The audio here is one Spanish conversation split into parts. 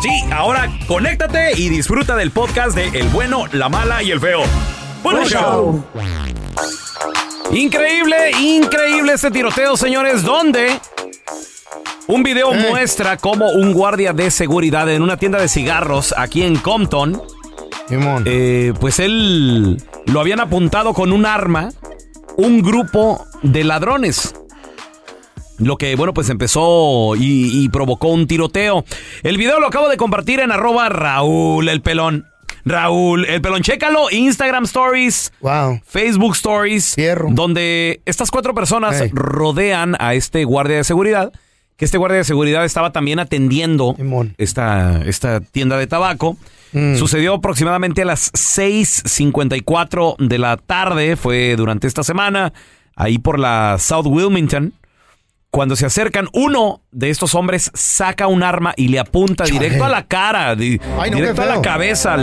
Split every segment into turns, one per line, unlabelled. Sí, ahora conéctate y disfruta del podcast de El bueno, la mala y el feo. Bueno show. Increíble, increíble este tiroteo, señores, donde un video muestra cómo un guardia de seguridad en una tienda de cigarros aquí en Compton, eh, pues él lo habían apuntado con un arma un grupo de ladrones. Lo que, bueno, pues empezó y, y provocó un tiroteo. El video lo acabo de compartir en arroba Raúl el Pelón. Raúl el Pelón, chécalo. Instagram Stories, Facebook Stories, donde estas cuatro personas rodean a este guardia de seguridad. Que este guardia de seguridad estaba también atendiendo esta, esta tienda de tabaco.
Mm.
Sucedió aproximadamente a las 6.54 de la tarde, fue durante esta semana, ahí por la South Wilmington. Cuando se acercan, uno de estos hombres saca un arma y le apunta directo a la cara, di-
Ay, no,
directo
qué
a la
feo.
cabeza al,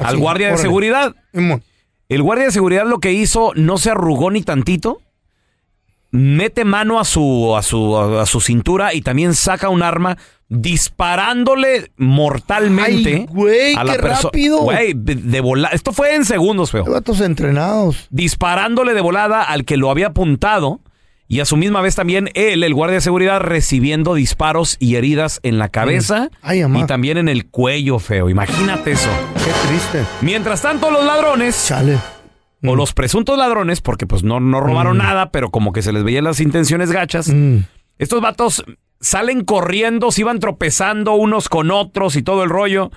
al
Así,
guardia de
órale.
seguridad. El guardia de seguridad lo que hizo no se arrugó ni tantito, mete mano a su, a su, a su cintura y también saca un arma disparándole mortalmente
Ay, güey,
a la
qué
perso-
rápido.
Güey, de, de vola- Esto fue en segundos, feo.
Vatos entrenados.
Disparándole de volada al que lo había apuntado y a su misma vez también él, el guardia de seguridad, recibiendo disparos y heridas en la cabeza
Mm. Ay, amá.
y también en el cuello, feo. Imagínate eso.
Qué triste.
Mientras tanto, los ladrones.
Chale. Mm.
O los presuntos ladrones, porque pues no, no robaron nada, pero como que se les veían las intenciones gachas.
Mm.
Estos vatos salen corriendo, se iban tropezando unos con otros y todo el rollo.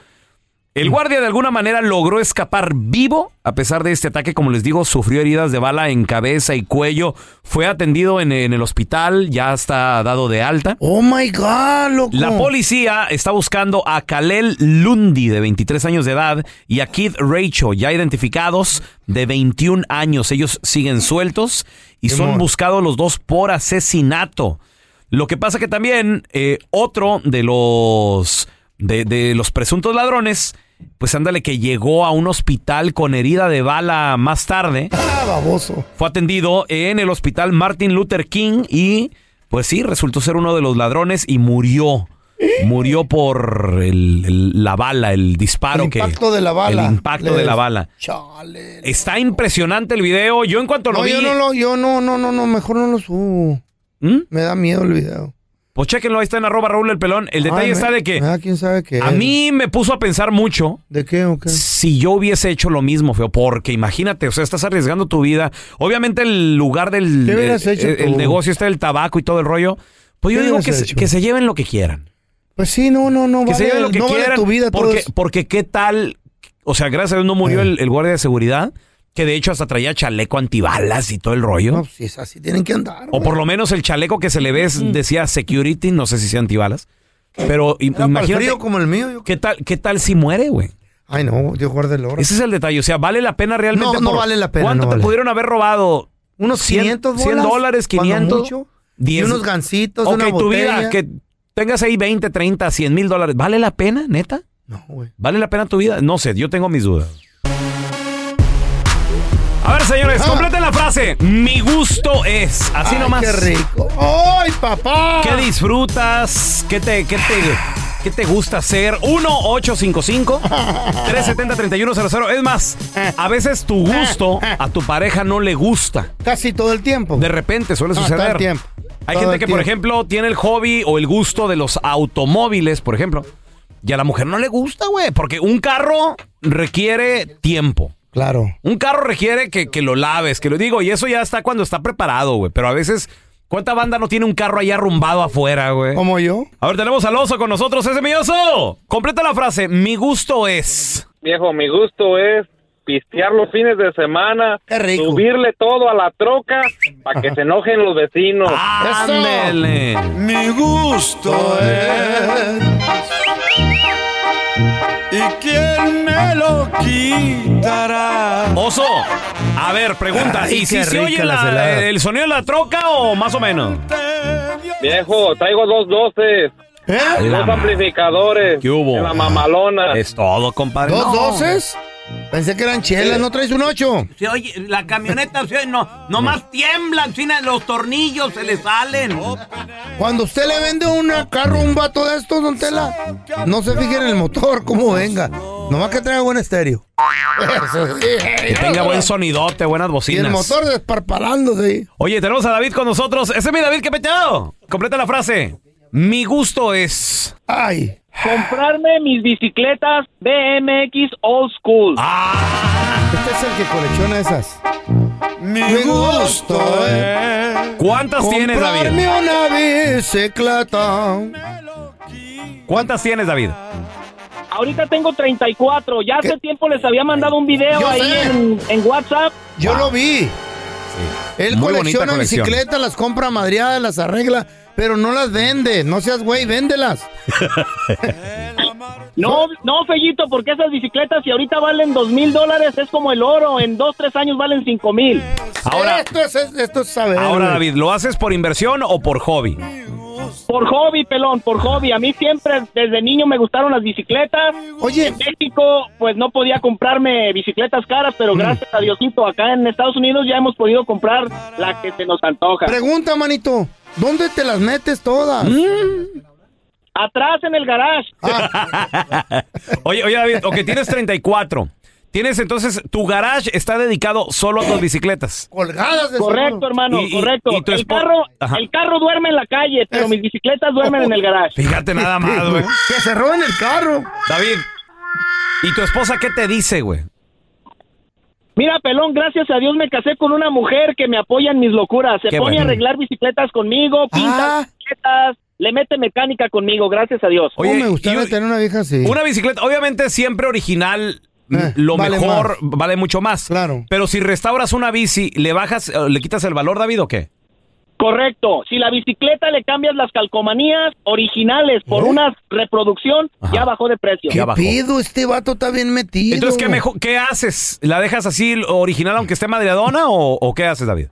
El guardia de alguna manera logró escapar vivo, a pesar de este ataque, como les digo, sufrió heridas de bala en cabeza y cuello, fue atendido en, en el hospital, ya está dado de alta.
Oh my God, loco.
La policía está buscando a Kalel Lundi, de 23 años de edad, y a Keith Rachel, ya identificados, de 21 años. Ellos siguen sueltos y son
Simón.
buscados los dos por asesinato. Lo que pasa que también eh, otro de los, de, de los presuntos ladrones, pues ándale que llegó a un hospital con herida de bala más tarde
Ah, baboso.
fue atendido en el hospital Martin Luther King y pues sí, resultó ser uno de los ladrones y murió. Murió por el- el- la bala, el disparo
El
que...
impacto de la bala.
El impacto
Le-
de la bala.
Chale.
Está impresionante el video. Yo en cuanto lo
No,
vi...
yo no lo, yo no, no, no, no, mejor no lo subo.
¿Mm?
Me da miedo el video.
Pues chéquenlo, ahí está en arroba Raúl el Pelón. El detalle
Ay, me-
está de que
me da quién sabe qué.
a mí me puso a pensar mucho
¿De qué o qué?
si yo hubiese hecho lo mismo, feo, porque imagínate, o sea, estás arriesgando tu vida. Obviamente el lugar del
¿Qué hubieras
el,
hecho
el- el
tú?
negocio está del tabaco y todo el rollo, Pues yo
¿Qué
digo
hubieras
que se,
hecho?
que se lleven lo que quieran.
Pues sí, no, no, no.
que se
vale-
lleven lo que
no vale
quieran.
tu vida, Eh. todo
porque,
es-
porque qué tal. O sea, gracias a Dios no murió el, el guardia de seguridad, que de hecho hasta traía chaleco antibalas y todo el rollo.
No, pues, Mm. si es así, tienen que andar.
O por lo menos el chaleco que se le ve es- decía security, no sé si sea antibalas. Pero im-
Era para el
imagínate,
frío como el mío. yo-
¿qué tal, ¿qué tal si muere, güey?
Ay, no, Dios guarde el oro.
Ese es el detalle. O sea, ¿vale la pena realmente?
No, no
por-
vale la pena,
¿Cuánto
no
te
vale.
pudieron haber robado?
Unos 500 bolas.
100 dólares,
cuando
500.
mucho, Y
10.
unos gancitos,
ok,
una
tu
botella.
vida, que tengas ahí 20, 30, 100 mil dólares. ¿Vale la pena, neta?
No, güey.
¿Vale la pena tu vida? No sé, yo tengo mis dudas. A ver, señores,
Ah.
completen la frase. Mi gusto es. Así
Ay,
nomás.
Qué rico. ¡Ay, papá!
¿Qué disfrutas? ¿Qué te, qué te, qué te gusta hacer? 1-855-370-3100. Es más, a veces tu gusto a tu pareja no le gusta.
Casi todo el tiempo.
De repente suele
Ah,
suceder.
todo el tiempo.
Hay
Todo
gente
el
que, por
tiempo.
ejemplo, tiene el hobby o el gusto de los automóviles, por ejemplo. Y a la mujer no le gusta, güey, porque un carro requiere tiempo.
Claro.
Un carro requiere que, que lo laves, que lo digo, y eso ya está cuando está preparado, güey. Pero a veces, ¿cuánta banda no tiene un carro ahí arrumbado afuera, güey?
Como yo.
A ver, tenemos al oso con nosotros, ese es mi oso. Completa la frase, mi gusto es.
Viejo, mi gusto es pistear los fines de semana,
Qué rico.
subirle todo a la troca para que se enojen los vecinos.
Eso.
Ándele.
Mi gusto es. ¿Y quién me lo quitará?
Oso, a ver, pregunta,
Ay,
¿y si
qué
se
rica
oye
las
la- eh,
heladas.
el sonido de la troca o más o menos?
Viejo, traigo dos doces,
¿Eh?
dos amplificadores,
¿Qué hubo?
en la mamalona.
Es todo, compadre.
¿Dos
No.
doces? Pensé que eran chelas, ¿no traes un ocho?
Se oye, la camioneta se oye, no, nomás tiemblan, fina, los tornillos se le salen.
Cuando usted le vende un carro a un vato de estos, don Tela, no se fije en el motor, cómo venga. Nomás que traiga buen estéreo.
Que tenga buen sonidote, buenas
Y
bocinas.
el motor desparparándose ahí.
Oye, tenemos a David con nosotros. Ese es mi David, qué peteado. Completa la frase. Mi gusto es.
Ay.
Comprarme mis bicicletas BMX Old School.
Este es el que colecciona esas.
Mi gusto es.
¿Cuántas tienes, David?
Comprarme una bicicleta.
¿Cuántas tienes, David?
Ahorita tengo 34. Ya hace tiempo les había mandado un video
Yo
ahí
sé.
en, en WhatsApp.
Yo lo vi. Él
Muy bonita
colecciona
colección.
bicicletas, las compra madreadas, las arregla, pero no las vende. No seas güey, véndelas.
No, no, Fellito, porque esas bicicletas si ahorita valen dos mil dólares es como el oro. En dos, tres años valen cinco mil.
Ahora,
esto es, esto es saber.
ahora,
güey.
David, ¿lo haces por inversión o por hobby?
Por hobby, pelón, por hobby. A mí siempre desde niño me gustaron las bicicletas.
Oye,
En México, pues no podía comprarme bicicletas caras, pero
Mm.
gracias a Diosito, acá en Estados Unidos ya hemos podido comprar la que se nos antoja.
pregunta, manito. ¿Dónde te las metes todas?
Mm.
Atrás en el garage.
Ah.
Oye, oye, David, ok, tienes 34. Tienes entonces, tu garage está dedicado solo a tus bicicletas.
Colgadas de
Correcto,
seguro.
hermano,
Y- y-
correcto.
y tu
el,
espo-
carro,
Ajá.
el carro duerme en la calle, pero mis bicicletas duermen en el garage.
Fíjate nada más, güey.
Que se roben el carro.
David, ¿y tu esposa qué te dice, güey?
Mira, pelón, gracias a Dios me casé con una mujer que me apoya en mis locuras. Se
Qué
pone a
bueno.
arreglar bicicletas conmigo, pinta
Ah.
bicicletas, le mete mecánica conmigo, gracias a Dios.
Oye,
¿Cómo Oh, me gustaría
y-
tener una vieja así?
Una bicicleta, obviamente siempre original,
Eh,
lo
vale
mejor vale mucho más.
Claro.
Pero si restauras una bici, ¿le bajas, eh, le quitas el valor, David, o qué?
Correcto. Si la bicicleta le cambias las calcomanías originales por una reproducción,
Ajá.
ya bajó de precio.
¿Eh? ¿Qué
abajo.
pido? Este vato está bien metido.
Entonces, ¿qué, mejor, ¿qué haces? ¿La dejas así original aunque esté madreadona o, o qué haces, David?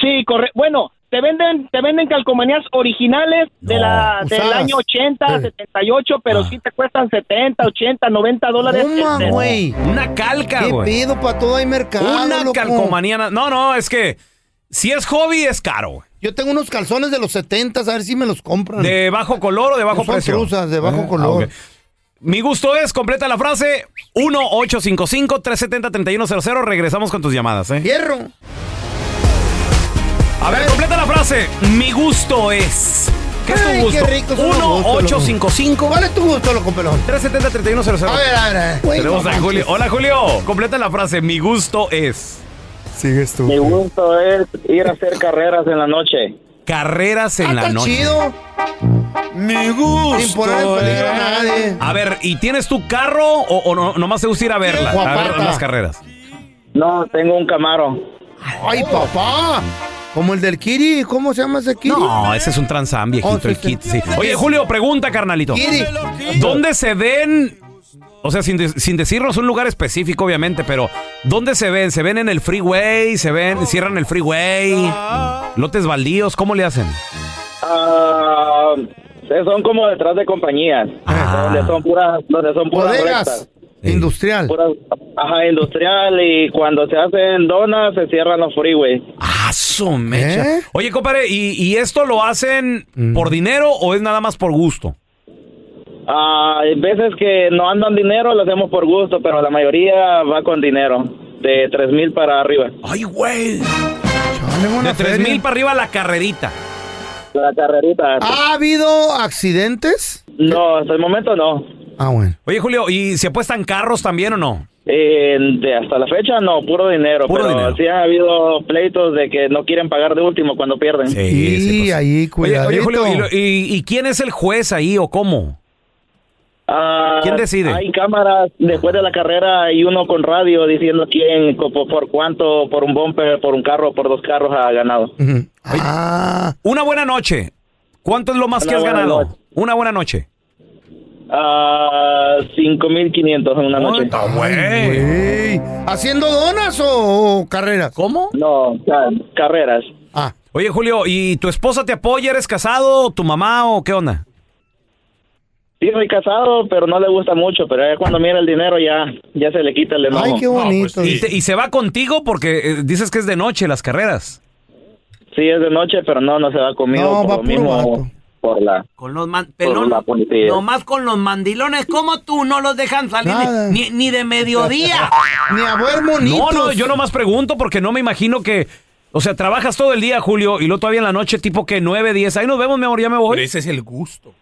Sí, correcto. Bueno, te venden te venden calcomanías originales de
No,
la, del
usadas.
año 80,
Sí.
78,
Ah.
pero sí te cuestan 70, 80, 90 dólares.
Toma,
Este,
güey.
Una calca,
¿Qué
güey.
pido? Para todo hay mercado,
Una
loco.
calcomanía. na- No, no, es que si es hobby, es caro. güey.
Yo tengo unos calzones de los 70, a ver si me los compran.
¿De Ah, bajo color o de bajo
No son
precio?
truzas, de bajo color.
ok. Mi gusto es, completa la frase, 1-855-370-3100. Regresamos con tus llamadas, ¿eh?
Hierro.
A ver, completa la frase. Mi gusto es. ¿Qué es
Ay,
tu
qué
gusto?
rico son los gustos, loco.
1-855-370-3100.
¿Cuál es tu gusto, loco pelón? A ver, a ver, a ver. Güey,
Tenemos
no
a
manches.
Julio. Hola, Julio. Completa la frase. Mi gusto es.
Mi gusto es ir a hacer carreras en la noche.
carreras
Ah,
en la
está
noche.
chido. Mi gusto. Sin poner en peligro a nadie.
A ver, ¿y tienes tu carro o, o no, nomás te gusta ir a verla?
Viejo
A ver
apata.
las carreras.
No, tengo un Camaro.
Oh.
¡Ay, papá! Como el del Kiri, ¿cómo se llama ese Kiri?
No, ese es un transam, viejito,
Oh, sí,
el
sí.
kit. sí. Oye, Julio, pregunta, carnalito.
Kiri.
¿Dónde se ven? O sea, sin, de- sin decirnos un lugar específico, obviamente, pero ¿dónde se ven? ¿Se ven en el freeway? ¿Se ven? ¿Cierran el freeway?
Ah.
¿Lotes baldíos? ¿Cómo le hacen?
Ah, son como detrás de compañías.
Ah.
Donde son puras, donde son puras
Bodegas.
rectas.
Industrial.
Puras- ajá, industrial y cuando se hacen donas se cierran los freeway.
¡Ah, su mecha!
¿Eh? Mm.
Oye, compadre, ¿y, y esto lo hacen por dinero o es nada más por gusto?
Ah, hay veces que no andan dinero, lo hacemos por gusto, pero la mayoría va con dinero, de tres mil para arriba.
¡Ay, güey!
Chale, buena
De tres
feria.
mil para arriba la carrerita.
La carrerita.
¿Ha habido accidentes?
No, hasta el momento no.
Ah, bueno.
Oye, Julio, ¿y se apuestan carros también o no?
Eh, de hasta la fecha no, puro dinero,
Puro
pero
dinero.
sí ha habido pleitos de que no quieren pagar de último cuando pierden.
Y
pues.
ahí,
Oye,
cuidadito.
oye, Julio, ¿y lo- y- ¿y quién es el juez ahí o cómo?
Ah,
¿Quién decide?
Hay cámaras después de la carrera y uno con radio diciendo quién, co- por, por cuánto, por un bumper, por un carro, por dos carros ha ganado.
Ujú. Ah,
Una buena noche. ¿Cuánto es lo más
Una
que has
buena
ganado?
noche.
Una buena noche.
Ah, 5.500 en una noche.
Ay,
güey. ¿Haciendo donas o, o carreras?
¿Cómo?
No, ca- carreras.
Ah,
Oye, Julio, ¿y tu esposa te apoya? ¿Eres casado? ¿Tu mamá o qué onda?
Sí, soy casado, pero no le gusta mucho, pero ya cuando mira el dinero ya, ya se le quita el enojo.
ay, qué bonito.
¿Y, te- y se va contigo? Porque eh, dices que es de noche las carreras.
Sí, es de noche, pero no, no se va conmigo
No,
por
va
lo
puro
mismo,
vato.
por la...
Con los
pelón, la policía.
nomás con los mandilones como tú no los dejan salir
ni- Nada. ni-
de mediodía.
Ni a ver
No,
monitos.
no, yo nomás pregunto porque no me imagino que. O sea, trabajas todo el día, Julio, y luego todavía en la noche, tipo que 9, 10. Ahí nos vemos, mi amor, ya me voy.
ese es el gusto.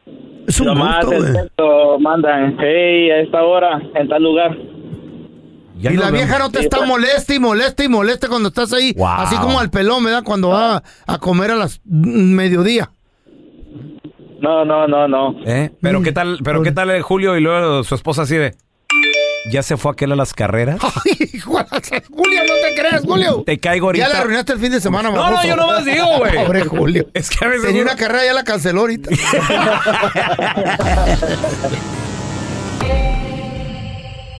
Es un
Nomás
gusto,
el
güey.
texto mandan, hey, a esta hora, en tal lugar.
Ya
y
nos
la
vemos.
vieja no te
Sí,
está
pues.
molesta y molesta y molesta cuando estás ahí.
Wow.
Así como al pelón, ¿verdad? Cuando va a comer a las mm, mediodía.
No, no, no, no.
¿Eh? Pero qué tal, pero qué tal el Julio y luego su esposa así de. Ya se fue aquel a las carreras.
Ay, hijo de la- Julio, no te creas, Ah, Julio.
Te caigo ahorita.
Ya le arruinaste el fin de semana,
No, no,
baboso.
yo nomás digo, güey.
Pobre Julio.
Es que a veces
Tenía
uno-
una carrera, ya la canceló ahorita.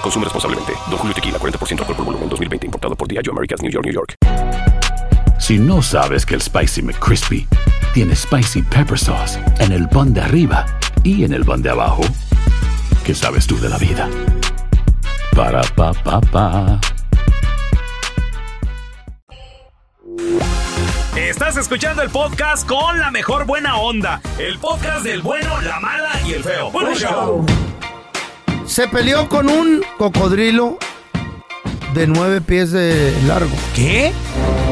Consume responsablemente. Don Julio Tequila, 40% alcohol por volumen, 2020. Importado por Diageo Americas, New York, New York.
Si no sabes que el Spicy McCrispy tiene Spicy Pepper Sauce en el pan de arriba y en el pan de abajo, ¿qué sabes tú de la vida? Para, pa, pa, pa.
Estás escuchando el podcast con la mejor buena onda. El podcast del bueno, la mala y el feo. Bueno, show.
Se peleó con un cocodrilo de nueve pies de largo.
¿Qué?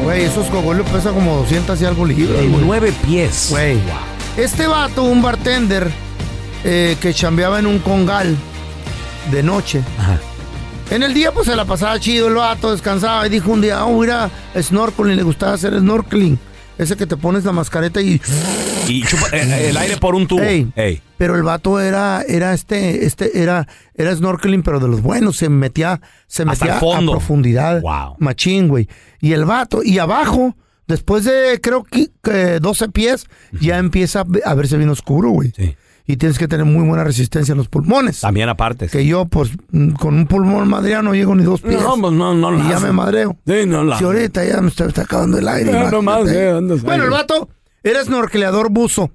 Güey, esos cocodrilos pesan como 200 y algo libras,
De
güey.
nueve pies.
Güey. Este vato, un bartender eh, que chambeaba en un congal de noche.
Ajá.
En el día, pues se la pasaba chido el vato, descansaba y dijo un día, oh, mira, snorkeling, le gustaba hacer snorkeling. Ese que te pones la mascareta y.
Y chupa eh, el aire por un tubo.
Ey.
Ey.
Pero el vato era, era este, este, era, era snorkeling, pero de los buenos, se metía, se
Hasta
metía
el fondo.
a profundidad.
Wow.
Machín, güey. Y el vato, y abajo, después de creo que, que 12 pies, ya empieza a ve- a verse bien oscuro, güey.
Sí.
y tienes que tener muy buena resistencia en los pulmones.
También aparte.
Que yo, pues, mm, con un pulmón madreado no llego ni dos pies.
No, pues, no, no
Y
la
ya
hace.
me madreo.
Sí, no la hace.
Si ahorita ya me está, está acabando el aire.
Ya
imagínate.
nomás, eh, andas
bueno,
ahí.
el vato era snorkelador buzo.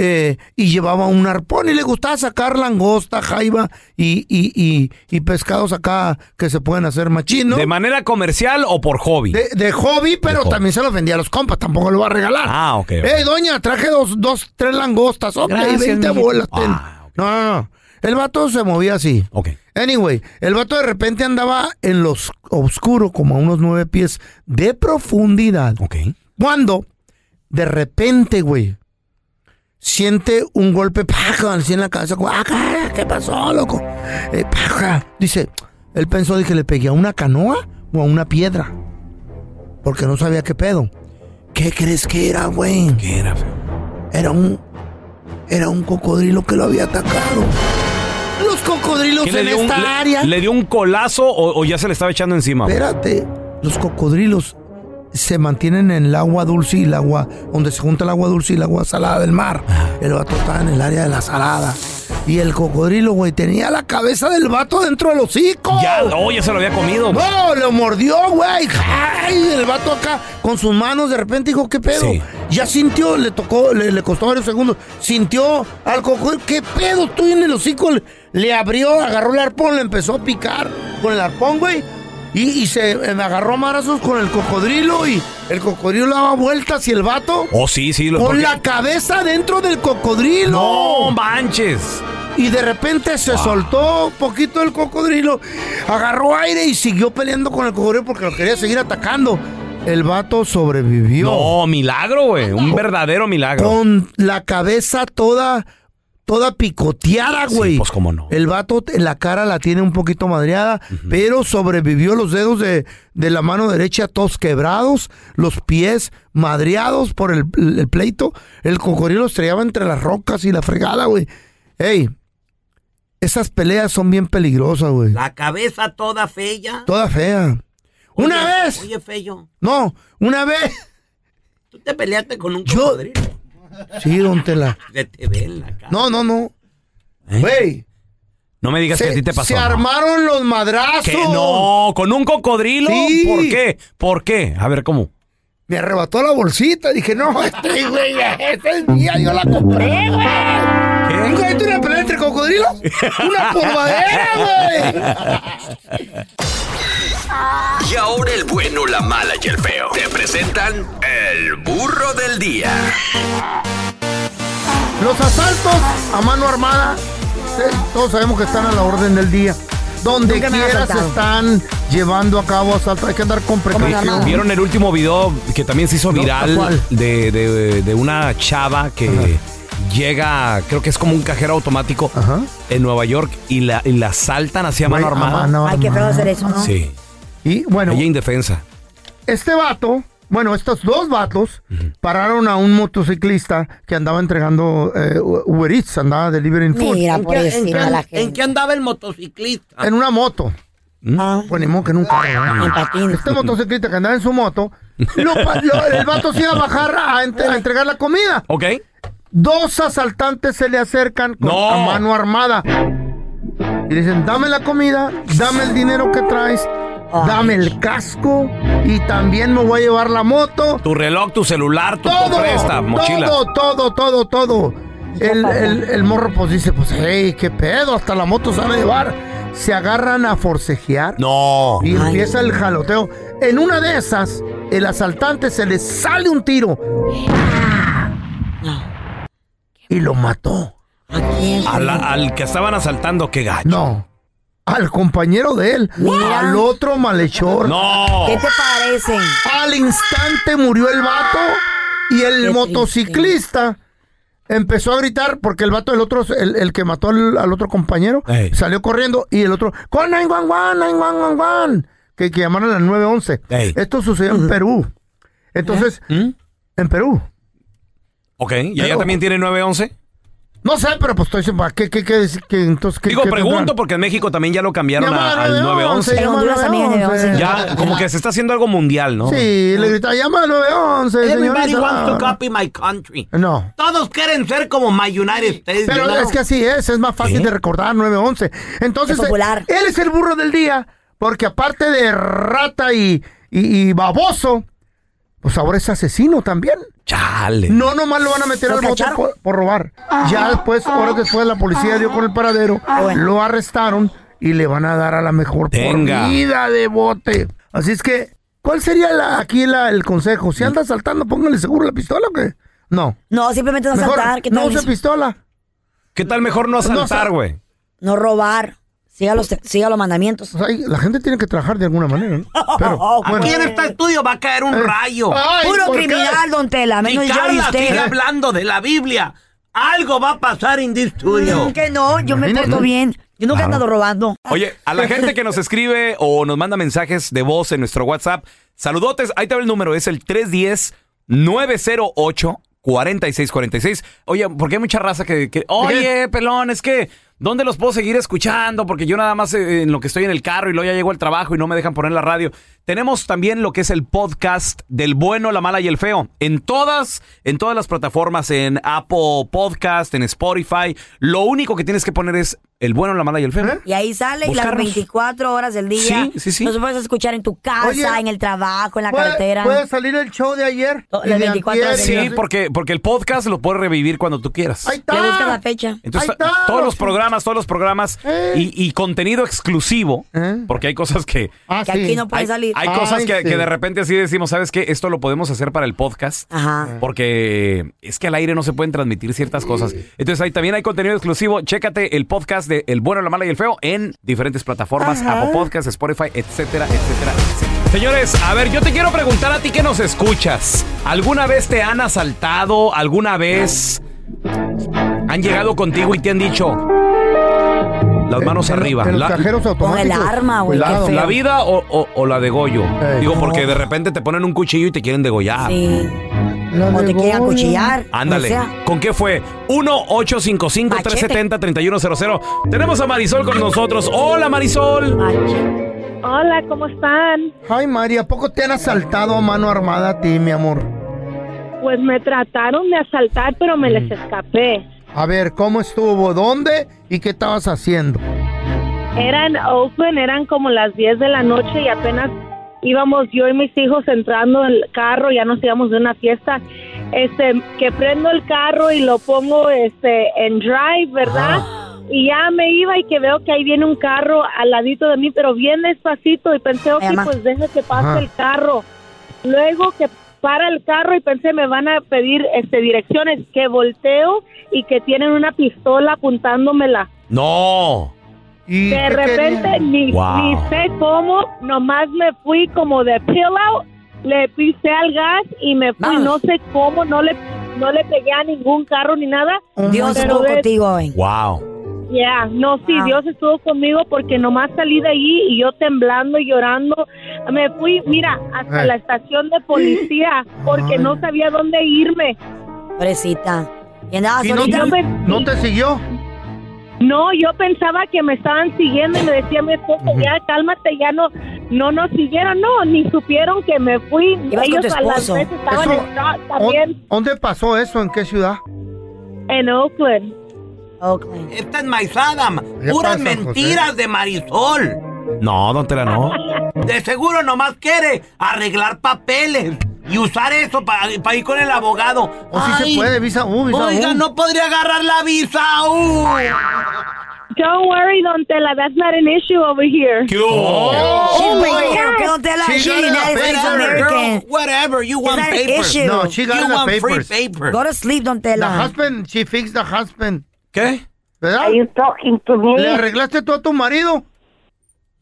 eh, y llevaba un arpón y le gustaba sacar langosta, jaiba y, y, y, y pescados acá que se pueden hacer machín, ¿no?
¿De manera comercial o por hobby?
De, de hobby, pero también se los vendía a los compas, tampoco lo va a regalar.
Ah, ok. ok.
Eh, doña, traje dos, dos tres langostas. Ok,
Gracias,
20
mijito.
bolas. ten. No, no, no. El vato se movía así.
Ah, Ok.
Anyway, el vato de repente andaba en lo os- oscuro, como a unos nueve pies de profundidad.
Ok.
Cuando, de repente, güey, siente un golpe, paja, así en la cabeza. como, "Ah, cara, ¿Qué pasó, loco? Eh, paja. Dice, él pensó de que le pegué a una canoa o a una piedra. Porque no sabía qué pedo. ¿Qué crees que era, güey?
¿Qué era, feo?
Era un. Era un cocodrilo que lo había atacado. Los cocodrilos
¿Qué le
en
dio un-
esta
le-
área.
¿Le dio un colazo o, o ya se le estaba echando encima? güey?
Espérate, los cocodrilos se mantienen en el agua dulce y el agua, donde se junta el agua dulce y el agua salada del mar. El vato estaba en el área de la salada. Y el cocodrilo, güey, tenía la cabeza del vato dentro del hocico.
Ya, oh, ya se lo había comido. güey.
No, Oh, lo mordió, güey. Ay, el vato acá con sus manos de repente dijo, ¿qué pedo?
Sí.
Ya sintió, le tocó, le, le costó varios segundos. Sintió al cocodrilo, ¿qué pedo? Estoy en el hocico. Le, le abrió, agarró el arpón, le empezó a picar con el arpón, güey. Y, y se eh, agarró a marazos con el cocodrilo y el cocodrilo daba vueltas y el vato
Oh, sí, sí. lo-
con
porque-
la cabeza dentro del cocodrilo.
No manches.
Y de repente se soltó un poquito el cocodrilo, agarró aire y siguió peleando con el cocodrilo porque lo quería seguir atacando. El vato sobrevivió.
No, milagro, güey. Un verdadero milagro.
Con la cabeza toda, toda picoteada,
Sí,
güey.
pues cómo no.
El vato, te- la cara la tiene un poquito madreada, pero sobrevivió los dedos de, de la mano derecha todos quebrados, los pies madreados por el, el pleito. El cocodrilo estrellaba entre las rocas y la fregada, güey. Ey, esas peleas son bien peligrosas, güey.
La cabeza toda fea.
Toda fea. una
Oye,
vez,
Oye, Fello,
no, una vez.
tú te peleaste con un
Yo-
cocodrilo.
Sí, don Tela.
Se te ve en la cara.
No, no, no. Güey,
No me digas que a ti te pasó.
se
¿no?
armaron los madrazos.
¿Qué? No, con un cocodrilo.
Sí.
¿Por qué? ¿Por qué? A ver, ¿cómo?
Me arrebató la bolsita. Dije, no, este güey, esta es mía, yo la compré, güey. ¿Nunca viste una pelea entre cocodrilos? ¡Una polvadera,
Y ahora el bueno, la mala y el feo. Te presentan el burro del día.
güey! Los asaltos a mano armada, eh, todos sabemos que están a la orden del día. Donde
Nunca me han
quiera se
asaltado.
están llevando a cabo asaltos. Hay que andar con precaución.
¿Vieron el último video que también se hizo viral
¿cuál?
de, de- de una chava que llega, creo que es como un cajero automático en Nueva York y la, y la saltan hacia mano
Güey, a
armada?
mano
Ay, qué feo hacer eso, ¿no?
Sí.
Y bueno,
Ella indefensa.
este vato, bueno, estos dos vatos pararon a un motociclista que andaba entregando eh, Uber Eats, andaba delivering food.
¿En qué,
Mira,
en
pobrecita
qué-
la
en
gente.
qué andaba el motociclista?
Ah.
En una moto.
¿Mm?
Pues ni modo que en un carro. ¿no?
Ah. En patines.
Este motociclista que andaba en su moto, lo pa- lo- el vato se iba a bajar a, ent- a entregar la comida.
¿Ok?
Dos asaltantes se le acercan con
No.
a mano armada. Y le dicen, dame la comida, dame el dinero que traes, dame el casco y también me voy a llevar la moto.
Tu reloj, tu celular, tu
Todo,
presta, mochila.
todo, todo, todo, todo. El, el- el morro pues dice, pues, hey, qué pedo, hasta la moto se van a llevar. Se agarran a forcejear.
No.
Y empieza el jaloteo. En una de esas, el asaltante se le sale un tiro. Y lo mató.
¿A quién?
A la- al que estaban asaltando, qué gacho.
No. Al compañero de él.
Mira.
Al otro malhechor.
No.
¿Qué te parece?
Al instante murió el vato y el
Qué
motociclista empezó a gritar porque el vato, el otro, el, el que mató al, al otro compañero,
Ey.
salió corriendo y el otro, con 911, 911, que, que llamaron al 911.
Ey.
Esto sucedió en Perú.
¿Eh? ¿Mm?
Entonces, en Perú.
Ok, ¿y ella
Pero-
también tiene 911?
No sé, pero pues estoy diciendo, ¿qué, qué, qué, qué- entonces, qué-
Digo,
qué
pregunto
tendrán?
porque en México también ya lo cambiaron
Llama
a-
al
al
911.
911.
En Honduras también es 911.
Ya, como que se está haciendo algo mundial, ¿no?
Sí, le gritaba, llama al 911,
Everybody
señorita.
wants to copy my country.
No.
Todos quieren ser como my United States.
Pero
you know?
es que así es, es más fácil de recordar 911. Entonces,
Es popular.
eh, él es el burro del día, porque aparte de rata y, y- y baboso, pues ahora es asesino también.
Chale.
No nomás lo van a meter
¿Lo
al bote
cacharon?
por, por robar. Ya después, horas después, la policía dio con el paradero, lo arrestaron y le van a dar a la mejor
Tenga.
por vida de bote. Así es que, ¿cuál sería la- aquí la- el consejo? Si anda saltando, póngale seguro la pistola o qué? No.
No, simplemente no
Mejor
saltar. ¿qué
no
tal?
use pistola.
¿Qué tal mejor no asaltar, güey?
No robar. Siga los, siga los mandamientos.
La gente tiene que trabajar de alguna manera, ¿no? Pero,
Ah,
bueno.
Aquí en este estudio va a caer un
Eh.
rayo.
Ay,
Puro ¿por qué? criminal, don Tela, menos
y
yo y
Carla
usted.
sigue hablando de la Biblia. Algo va a pasar en this studio.
Mm, que no, yo me porto bien. Yo nunca he
Claro.
andado robando.
Oye, a la gente que nos escribe o nos manda mensajes de voz en nuestro WhatsApp, saludotes, ahí te va el número, es el 310-908-4646. Oye, porque hay mucha raza que, que- Oye, pelón, es que, ¿dónde los puedo seguir escuchando? Porque yo nada más eh, en lo que estoy en el carro y luego ya llego al trabajo y no me dejan poner la radio. Tenemos también lo que es el podcast del bueno, la mala y el feo. En todas, en todas las plataformas, en Apple Podcast, en Spotify. Lo único que tienes que poner es el bueno, la mala y el feo.
Y ahí sale y las
Buscarnos.
24 horas del día.
Sí, sí, sí.
Nos puedes escuchar en tu casa,
Oye,
en el trabajo, en la
¿Puede-
carretera.
Puede salir el show de ayer.
Las
y de
24
antier, y
Sí,
así.
porque, porque el podcast lo puedes revivir cuando tú quieras.
Le buscas la fecha.
Entonces, todos los programas, todos los programas
Eh.
y, y contenido exclusivo, porque hay cosas que...
Ah,
Que Eh. sí. aquí no puede
hay,
salir.
Hay
Ay,
cosas que,
sí.
que de repente así decimos, ¿sabes qué? Esto lo podemos hacer para el podcast,
Ajá.
porque es que al aire no se pueden transmitir ciertas cosas. Entonces, ahí también hay contenido exclusivo. Chécate el podcast de El Bueno, la Mala y el Feo en diferentes plataformas,
Ajá.
Apple Podcast, Spotify, etcétera, etcétera, etcétera. Señores, a ver, yo te quiero preguntar a ti que nos escuchas. ¿Alguna vez te han asaltado? ¿Alguna vez han llegado contigo y te han dicho
Eh,
las manos arriba?
En los
La,
cajeros automáticos.
Ah,
la-
Cuidado.
la vida o, o- o la de Goyo? Digo, porque de repente te ponen un cuchillo y te quieren degollar.
O te quieren acuchillar.
Ándale.
o sea.
¿Con qué fue? 1-855-370-3100. Tenemos a Marisol con nosotros. Hola, Marisol.
Hola, ¿cómo están? Ay, María, poco te han asaltado a mano armada a ti, mi amor?
Pues me trataron de asaltar, pero me
Mm.
les escapé.
A ver, ¿cómo estuvo? ¿Dónde? ¿Y qué estabas haciendo?
Eran open, eran como las 10 de la noche y apenas íbamos yo y mis hijos entrando en el carro, ya nos íbamos de una fiesta. Este, que prendo el carro y lo pongo este en drive, ¿verdad?
Ah.
Y ya me iba y que veo que ahí viene un carro al ladito de mí, pero bien despacito y pensé, ok,
Emma.
pues deja que pase
Ajá.
el carro. Luego que para el carro y pensé, me van a pedir este direcciones, que volteo y que tienen una pistola apuntándomela.
No.
De repente, ni,
Wow.
ni sé cómo, nomás me fui como de pillow, le pisé al gas y me fui. No sé cómo, no le, no le pegué a ningún carro ni nada.
Dios estuvo
de-
contigo hoy.
Wow.
Ya, no, sí, Dios estuvo conmigo porque nomás salí de allí y yo temblando y llorando. Me fui, mira, hasta
Ay.
la estación de policía porque no sabía dónde irme.
Pobrecita. Y andaba
¿Y no
solita.
te-
no te siguió?
No, yo pensaba que me estaban siguiendo y me decía mi esposo, ya cálmate, ya no, no nos siguieron, no, ni supieron que me fui.
Ibas con tu
Ellos a las
esposo.
veces estaban
Eso-
en shock también
¿Dónde pasó eso? ¿En qué ciudad?
en Oakland.
Esta enmaizada, ma-
¿Qué
puras
pasa,
mentiras de Marisol.
No, don Tela, no.
De seguro nomás quiere arreglar papeles y usar eso para ir con el abogado.
O si Oh, se puede, visa U, visa
Oiga,
U.
no podría agarrar la visa U.
Don't worry, Don Tela, that's not an issue over here.
She's right here, que Don Tela,
She
she's
got
United
a
States of
paper.
America.
Whatever, you
want Is that an papers. issue?
No, she got
You
the
want free
papers.
papers. Go to sleep, don Tela.
The husband, she fixed the husband.
¿Qué?
¿Verdad?
Are you talking to me?
¿Le arreglaste tú a tu marido?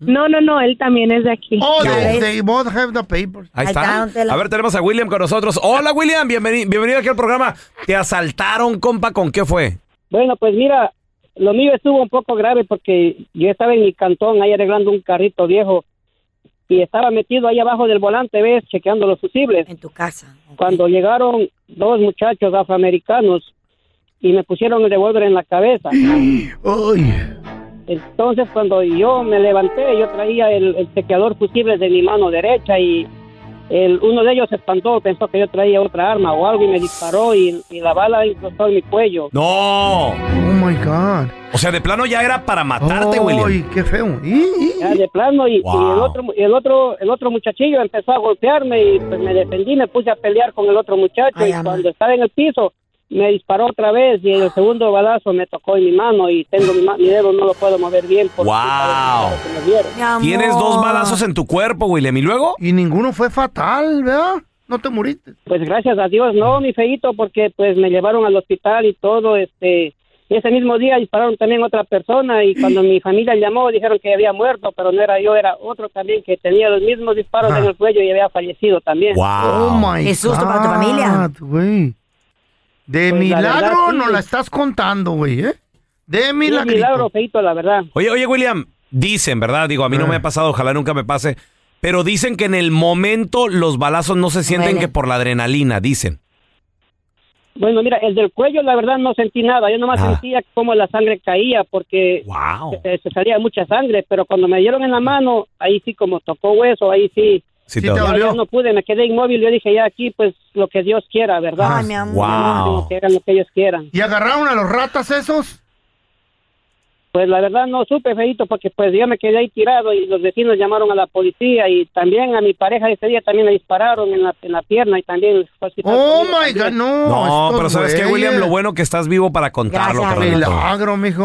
No, no, no, él también es de aquí.
Oh,
¿Qué?
they, they both have the papers.
Ahí está. A ver, tenemos a William con nosotros. Hola, William. Bienveni- bienvenido aquí al programa. ¿Te asaltaron, compa? ¿Con qué fue?
Bueno, pues mira, lo mío estuvo un poco grave porque yo estaba en mi cantón ahí arreglando un carrito viejo y estaba metido ahí abajo del volante, ¿ves? Chequeando los fusibles.
En tu casa.
Cuando llegaron dos muchachos afroamericanos y me pusieron el revólver en la cabeza. Entonces cuando yo me levanté, yo traía el, el chequeador fusible de mi mano derecha y el, uno de ellos se espantó, pensó que yo traía otra arma o algo y me disparó y, y la bala incrustó en mi cuello.
¡No!
Oh my God.
O sea, de plano ya era para matarte,
Ay,
William.
qué feo. Y- y-
Ya de plano y, y el
Wow.
otro y el otro el otro muchachillo empezó a golpearme y pues, me defendí, me puse a pelear con el otro muchacho y cuando estaba en el piso me disparó otra vez y el segundo balazo me tocó en mi mano y tengo mi, ma- mi dedo no lo puedo mover bien porque
¡Wow!
me dieron.
Tienes dos balazos en tu cuerpo, William. ¿Y luego?
Y ninguno fue fatal, ¿verdad? No te muriste.
Pues gracias a Dios, no, mi feito, porque pues me llevaron al hospital y todo, este, ese mismo día dispararon también a otra persona y cuando mi familia llamó dijeron que había muerto, pero no era yo, era otro también que tenía los mismos disparos en el cuello y había fallecido también.
Oh my
Qué susto para tu
God,
familia.
güey. De
Pues la
milagro
verdad, sí.
no la estás contando, güey, ¿eh? De
milagro.
milagro.
milagro, feito, la verdad.
Oye, oye, William, dicen, ¿verdad? Digo, a
Eh.
mí no me ha pasado, ojalá nunca me pase. Pero dicen que en el momento los balazos no se sienten
Duelen.
que por la adrenalina, dicen.
Bueno, mira, el del cuello, la verdad, no sentí nada. Yo nomás sentía como la sangre caía porque se, se salía mucha sangre, pero cuando me dieron en la mano, ahí sí como tocó hueso, ahí sí.
Sí te
Ya-
dolió.
ya no pude, me quedé inmóvil. Yo dije, ya aquí, pues lo que Dios quiera, ¿verdad?
Ay, mi amor. Wow.
Que hagan lo que ellos quieran.
¿Y agarraron a los ratas esos?
Pues la verdad no supe, feito, porque pues yo me quedé ahí tirado y los vecinos llamaron a la policía y también a mi pareja ese día también le dispararon en la, en la pierna y también fue al hospital
Oh
conmigo
my God,
también.
no.
No,
estos
pero ¿sabes qué,
güeyes.
William? Lo bueno que estás vivo para contarlo, carnalito.
Milagro, mijo.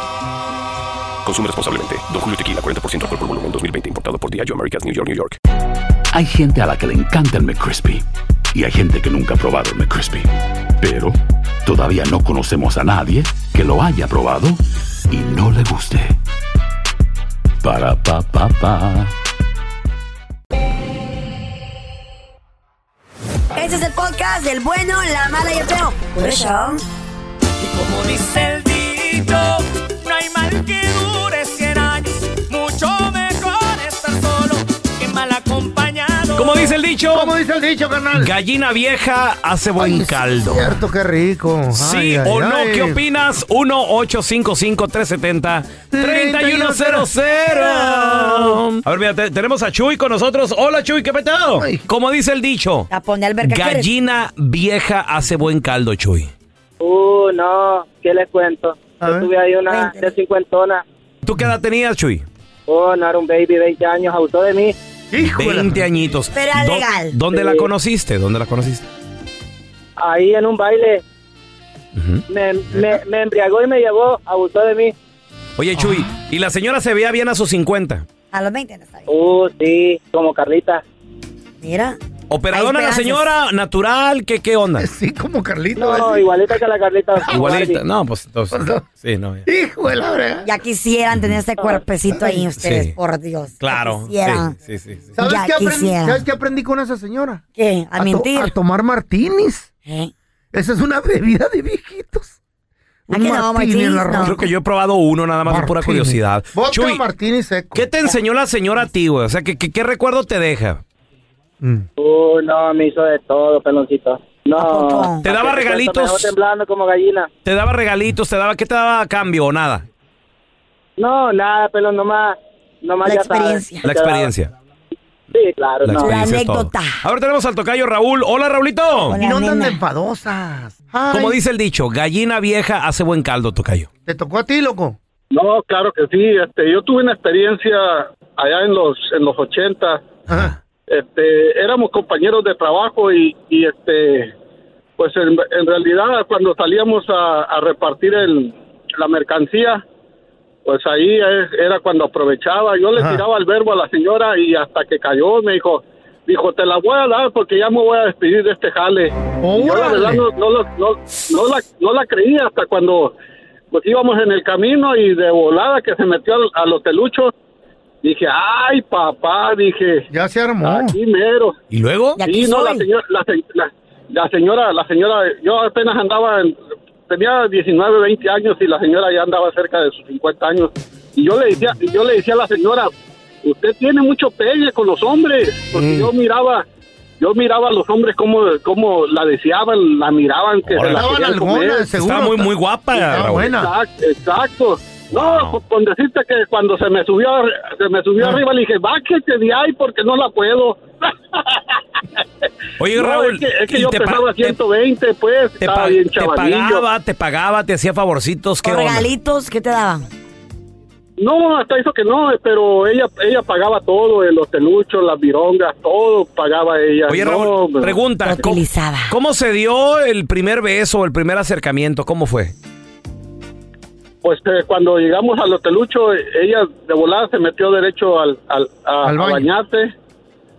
Consume responsablemente. Don Julio Tequila 40% alcohol por volumen 2020 importado por Diageo Americas New York New York.
Hay gente a la que le encanta el McCrispy y hay gente que nunca ha probado el McCrispy. Pero todavía no conocemos a nadie que lo haya probado y no le guste. Para pa pa pa.
Este es el podcast del bueno, la mala y el feo. Por eso.
Como dice el dicho, no hay mal que dure 100 años. Mucho mejor estar solo que mal acompañado.
Como dice el dicho.
Como dice el dicho, carnal.
Gallina vieja hace buen caldo.
Cierto, qué rico.
Sí
Ay, ay,
o no,
ay.
¿qué opinas? 1-855-370-3100. A ver, mira, te- tenemos a Chuy con nosotros. Hola, Chuy, ¿qué petado? Como dice el dicho,
La pone alberca. ¿qué eres?
gallina vieja hace buen caldo, Chuy.
Uh, no, ¿qué les cuento? Yo tuve ahí una de cincuentona.
¿Tú qué edad tenías, Chuy?
Oh, no era un baby, 20 años, abusó de mí.
20 añitos.
Pero era
¿Dó-
legal.
¿Dónde
Sí.
la conociste? ¿Dónde la conociste?
Ahí en un baile. me, me, me embriagó y me llevó, abusó de mí.
Oye, Chuy, y la señora se veía bien a sus 50.
A los 20.
Uh, sí, como Carlita.
Mira.
¿Operadona
Hay
la
esperanzas.
señora? ¿Natural? ¿Qué, qué onda?
Sí, como Carlita.
No, igualita que la Carlita.
Igualita. No, pues entonces. Sí, no. ya.
Hijo de la brega.
Ya quisieran tener ese cuerpecito ahí ustedes,
Sí.
por Dios.
Claro.
Quisiera.
Sí, sí, sí, sí.
¿Sabes
Ya
qué aprendí?
quisiera.
¿Sabes qué aprendí con esa señora?
¿Qué? A,
to-
mentir.
a tomar martinis.
¿Eh?
Esa es una bebida de viejitos. Un martini en la ropa.
Creo que yo he probado uno nada más de pura curiosidad.
Vodka
Chuy,
martini seco.
¿qué te enseñó la señora a ti, güey? O sea, ¿qué, qué, qué recuerdo te deja?
Uh, no, me hizo de todo, peloncito. No.
¿Te daba
Me dejó
regalitos?
temblando como gallina.
¿Te daba regalitos? ¿Te daba qué te daba a cambio o nada?
No, nada, pelón, nomás, nomás
La
ya sabes.
experiencia.
La experiencia.
Sí, claro,
La
no.
experiencia es todo. Ahora tenemos al tocayo Raúl. Hola, Raulito.
Y no andan de enfadosas. Ay,
Como dice el dicho, gallina vieja hace buen caldo, tocayo.
¿Te tocó a ti, loco?
No, claro que sí. Este, yo tuve una experiencia allá en los en los 80. Este, éramos compañeros de trabajo y, y, este, pues en, en realidad cuando salíamos a, a repartir el, la mercancía, pues ahí es- era cuando aprovechaba. Yo le tiraba el verbo a la señora y hasta que cayó me dijo, dijo, te la voy a dar porque ya me voy a despedir de este jale. Y yo la verdad no, no lo- no- no la, no la creí hasta cuando pues íbamos en el camino y de volada que se metió al- a los teluchos. Dije, ay papá, dije.
Ya se armó.
Aquí mero.
¿Y luego?
Y aquí
Sí, no, la
soy.
señora, la, se- la- la señora, la señora, yo apenas andaba, en- tenía 19, 20 años y la señora ya andaba cerca de sus 50 años. Y yo le decía, y yo le decía a la señora, usted tiene mucho pegue con los hombres,
Mm.
porque yo miraba, yo miraba a los hombres como, como la deseaban, la miraban que se la
Estaban
querían
algunas,
comer.
seguro. Estaba muy, muy guapa, Estaba Raúl. buena.
Exacto, exacto. No, con- con decirte que cuando se me subió, ar- se me
Ah.
subió arriba le dije, bájese de ahí porque no la puedo.
Oye,
No,
Raúl,
es que, es que
¿y
yo
te pa-
pesaba
te-
120, pues,
Te,
estaba
pa-
bien
te
chavalillo.
pagaba, te pagaba, te hacía favorcitos, ¿qué onda?
¿Regalitos? ¿Qué te daban?
No, hasta eso que no, pero ella ella pagaba todo, eh, los teluchos, las virongas, todo pagaba ella.
Oye,
No,
Raúl,
hombre.
pregunta, ¿cómo, cómo se dio el primer beso, el primer acercamiento? ¿Cómo fue?
Pues eh, cuando llegamos al hotelucho, eh, ella de volada se metió derecho al, al, a,
Al
a
baño.
bañarse.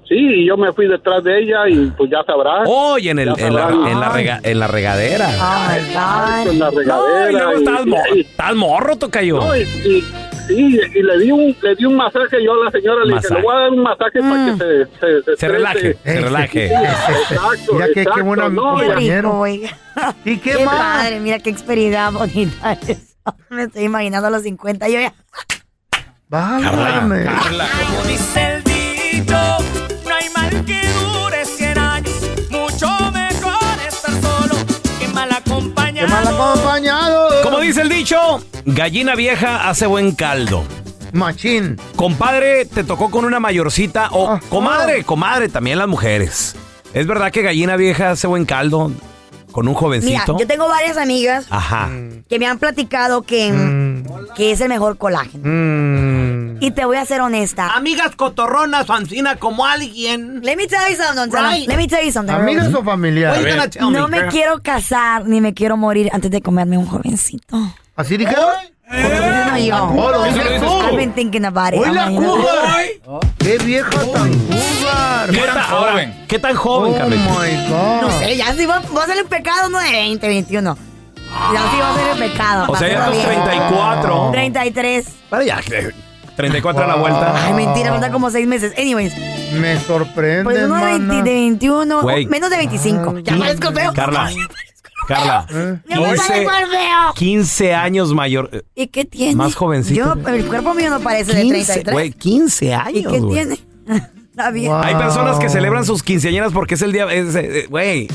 Sí, y yo me fui detrás de ella y pues ya sabrás.
Oye, en, el,
Ya
en, la,
sabrás.
en la rega- en la regadera.
Ay, con la regadera.
No, y luego
y-
estás, mo-
y-
estás morro, tocayo.
No, y, y- sí, y le di un le di un masaje yo a la señora, le dije,
Masaje.
le voy a dar un masaje para que se, se,
Se relaje, se relaje.
Sí, Exacto,
Mira que qué
exacto,
buena
no,
Qué
ya-
rico, oiga.
¿Y
qué más?
padre, mira qué experiencia bonita es. Me estoy imaginando a los 50. Yo ya.
Válgame.
Como dice el dicho, no hay mal que dure 100 años. Mucho mejor estar solo que mal acompañado.
Como dice el dicho, gallina vieja hace buen caldo.
Machín. Ah,
Compadre, te tocó con una mayorcita o comadre, comadre, también las mujeres. ¿Es verdad que gallina vieja hace buen caldo con un
Mira,
jovencito?
yo tengo varias amigas
Ajá.
que me han platicado que,
Mm.
que es el mejor colágeno.
Mm,
Y te voy a ser honesta.
Amigas cotorronas, Ancina, como alguien.
Let me tell you something, Anselmo.
Right.
Let me tell you something.
¿Amigas o
Oye,
familiares?
A ver. tell me,
No me
girl.
quiero casar ni me quiero morir antes de comerme un jovencito.
¿Así dijeron?
Eso no yo.
Oh, lo dices tú.
I've been thinking about it.
¡Hoy la
Imagínate.
Cuba! ¡Qué vieja tan Oh Cuba!
¿Qué tan joven? ¿Qué tan joven, Carlita?
No sé, ya sí va, va a ser un pecado, no de 20, 21. Ya sí va a ser un pecado.
O sea, ya
pasarlo
tus
bien.
34.
33.
Para ya. 34 a la vuelta.
Ay, mentira, falta como 6 meses. Anyways,
Me sorprende,
pues uno de, 20 de 21,
Güey.
o menos de 25. ya parezco feo.
Mm. Carla. Carla.
Ya me sale
15,
igual feo.
15 años mayor. eh,
¿Y qué tiene?
Más jovencito.
Yo, el cuerpo mío no parece de
15,
33.
güey, 15 años.
¿Y qué
güey.
tiene? Está bien.
Hay personas que celebran sus quinceañeras porque es el día. es, eh, Güey.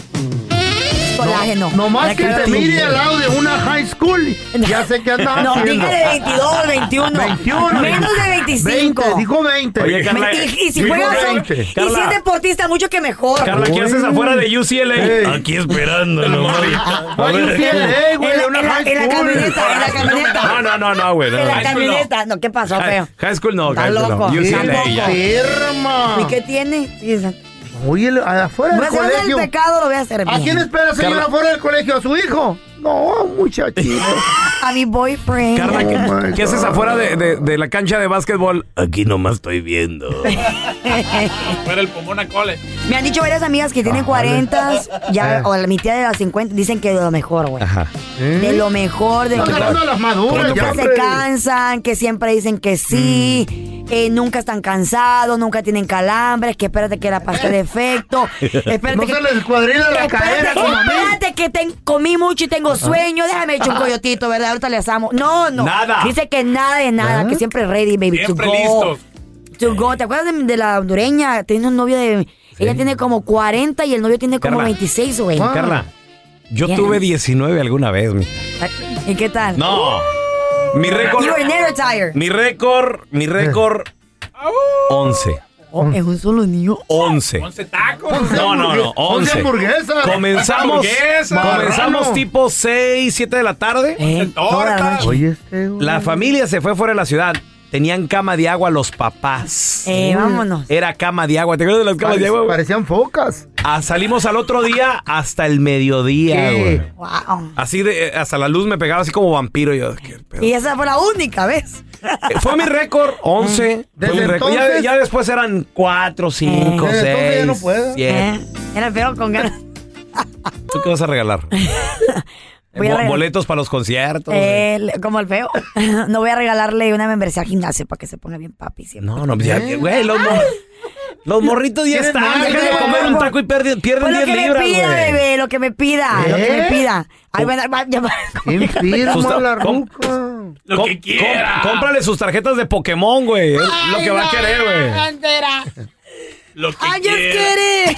Colágeno.
Nomás
Ya
que te
tiene.
mire al lado de una high school. Ya sé que anda
No,
haciendo.
dígale 22, 21.
21.
Menos de 25.
20, dijo 20.
Oye, Carla,
Y, y si
Dijo
juegas y
20.
si
Carla.
es deportista, mucho que mejor.
Carla, ¿qué haces afuera de UCLA? Aquí esperándolo, mami.
Ah,
A
Oye,
ver. eh,
UCLA, eh, güey,
En la-
una
en la-
high
en la
school. Ah,
camioneta, en la camioneta.
No, no, no, no, güey. no,
En la
high school no.
camioneta. No, ¿qué pasó, feo?
High, high school no,
Está
high school no.
loco.
UCLA
Está
ya.
loco.
Firma.
¿Y "Pues, qué tiene? Sí, esa-
Oye, el- afuera
Voy a
del
hacer el
colegio.
pecado, lo voy a hacer
¿A
bien.
quién espera, señora,
Carla.
afuera del colegio? ¿A su hijo? No, muchachito.
A mi boyfriend.
Carla, ¿qué-
Oh,
¿qué,
my
haces
God.
afuera de, de- de la cancha de básquetbol? Aquí nomás estoy viendo.
Fuera el pulmón a cole.
Me han dicho varias amigas que
Ah,
tienen 40, ya,
Eh.
o la- mi tía de las 50, dicen que de lo mejor, güey.
Ajá.
De lo mejor, de
¿Eh? Están
lo
agarrando a las maduras,
Que nunca
ya,
se
hombre. Mm.
cansan, que siempre dicen que sí, eh, nunca están cansados, nunca tienen calambres, que espérate que la pasé de efecto. Espérate
No
que,
se les cuadrila la
espérate
cadera
que-
como a mí.
espérate que ten- comí mucho y tengo sueño, déjame echar un coyotito, ¿verdad? Ahorita le asamos. No, no.
Nada.
Dice que nada de nada, que siempre ready, baby. to
Siempre
go.
listos.
To go. ¿Te acuerdas de, de la hondureña? Tiene un novio de... Ella tiene como 40 y el novio tiene como
Carla. Ah.
26, güey.
Carla, yo
Yes.
tuve 19 alguna vez, mi.
¿Y qué tal?
No. Mi récord.
You were never tired.
Mi récord, mi récord, 11.
Oh, es un solo niño.
11.
tacos.
No, no, no. 11. Comenzamos, comenzamos tipo 6, 7 de la tarde.
Eh,
tortas.
Oye, la familia se fue fuera de la ciudad. Tenían cama de agua los papás.
Eh, vámonos.
Era cama de agua. ¿Te acuerdas de las camas de agua? güey?
Parecían focas.
Ah, salimos al otro día hasta el mediodía,
Sí.
güey. Así de, eh, hasta la luz me pegaba así como vampiro. Yo, ¿qué pedo?
Y esa fue la única vez.
Eh, Fue mi récord, 11.
Desde
Fue mi récord. Ya,
entonces- Eh,
ya después eran 4, 5,
Desde entonces
6,
ya no puedo. Eh.
7.
Era peor con ganas.
¿Tú qué vas a regalar?
Voy a
Bo-
regalar-
boletos para los conciertos. eh.
El- como el feo. no voy a regalarle una membresía al gimnasio para que se ponga bien papi. siempre.
No, no, pues ya, güey, los, mor- los morritos ya
Eh. Tienen
están.
hambre,
Dejen de
güey.
comer un taco y pierden, pierden
Pues lo
10
que me
libras,
pida,
güey.
bebé, lo que me pida, lo que me
¿Eh?
pida. Ahí va a- va a llamar. Pues
Sus ta- com-
Lo
com- com- cómprale sus tarjetas de Pokémon, güey. Es lo que va a querer, güey.
Lo
I just get it.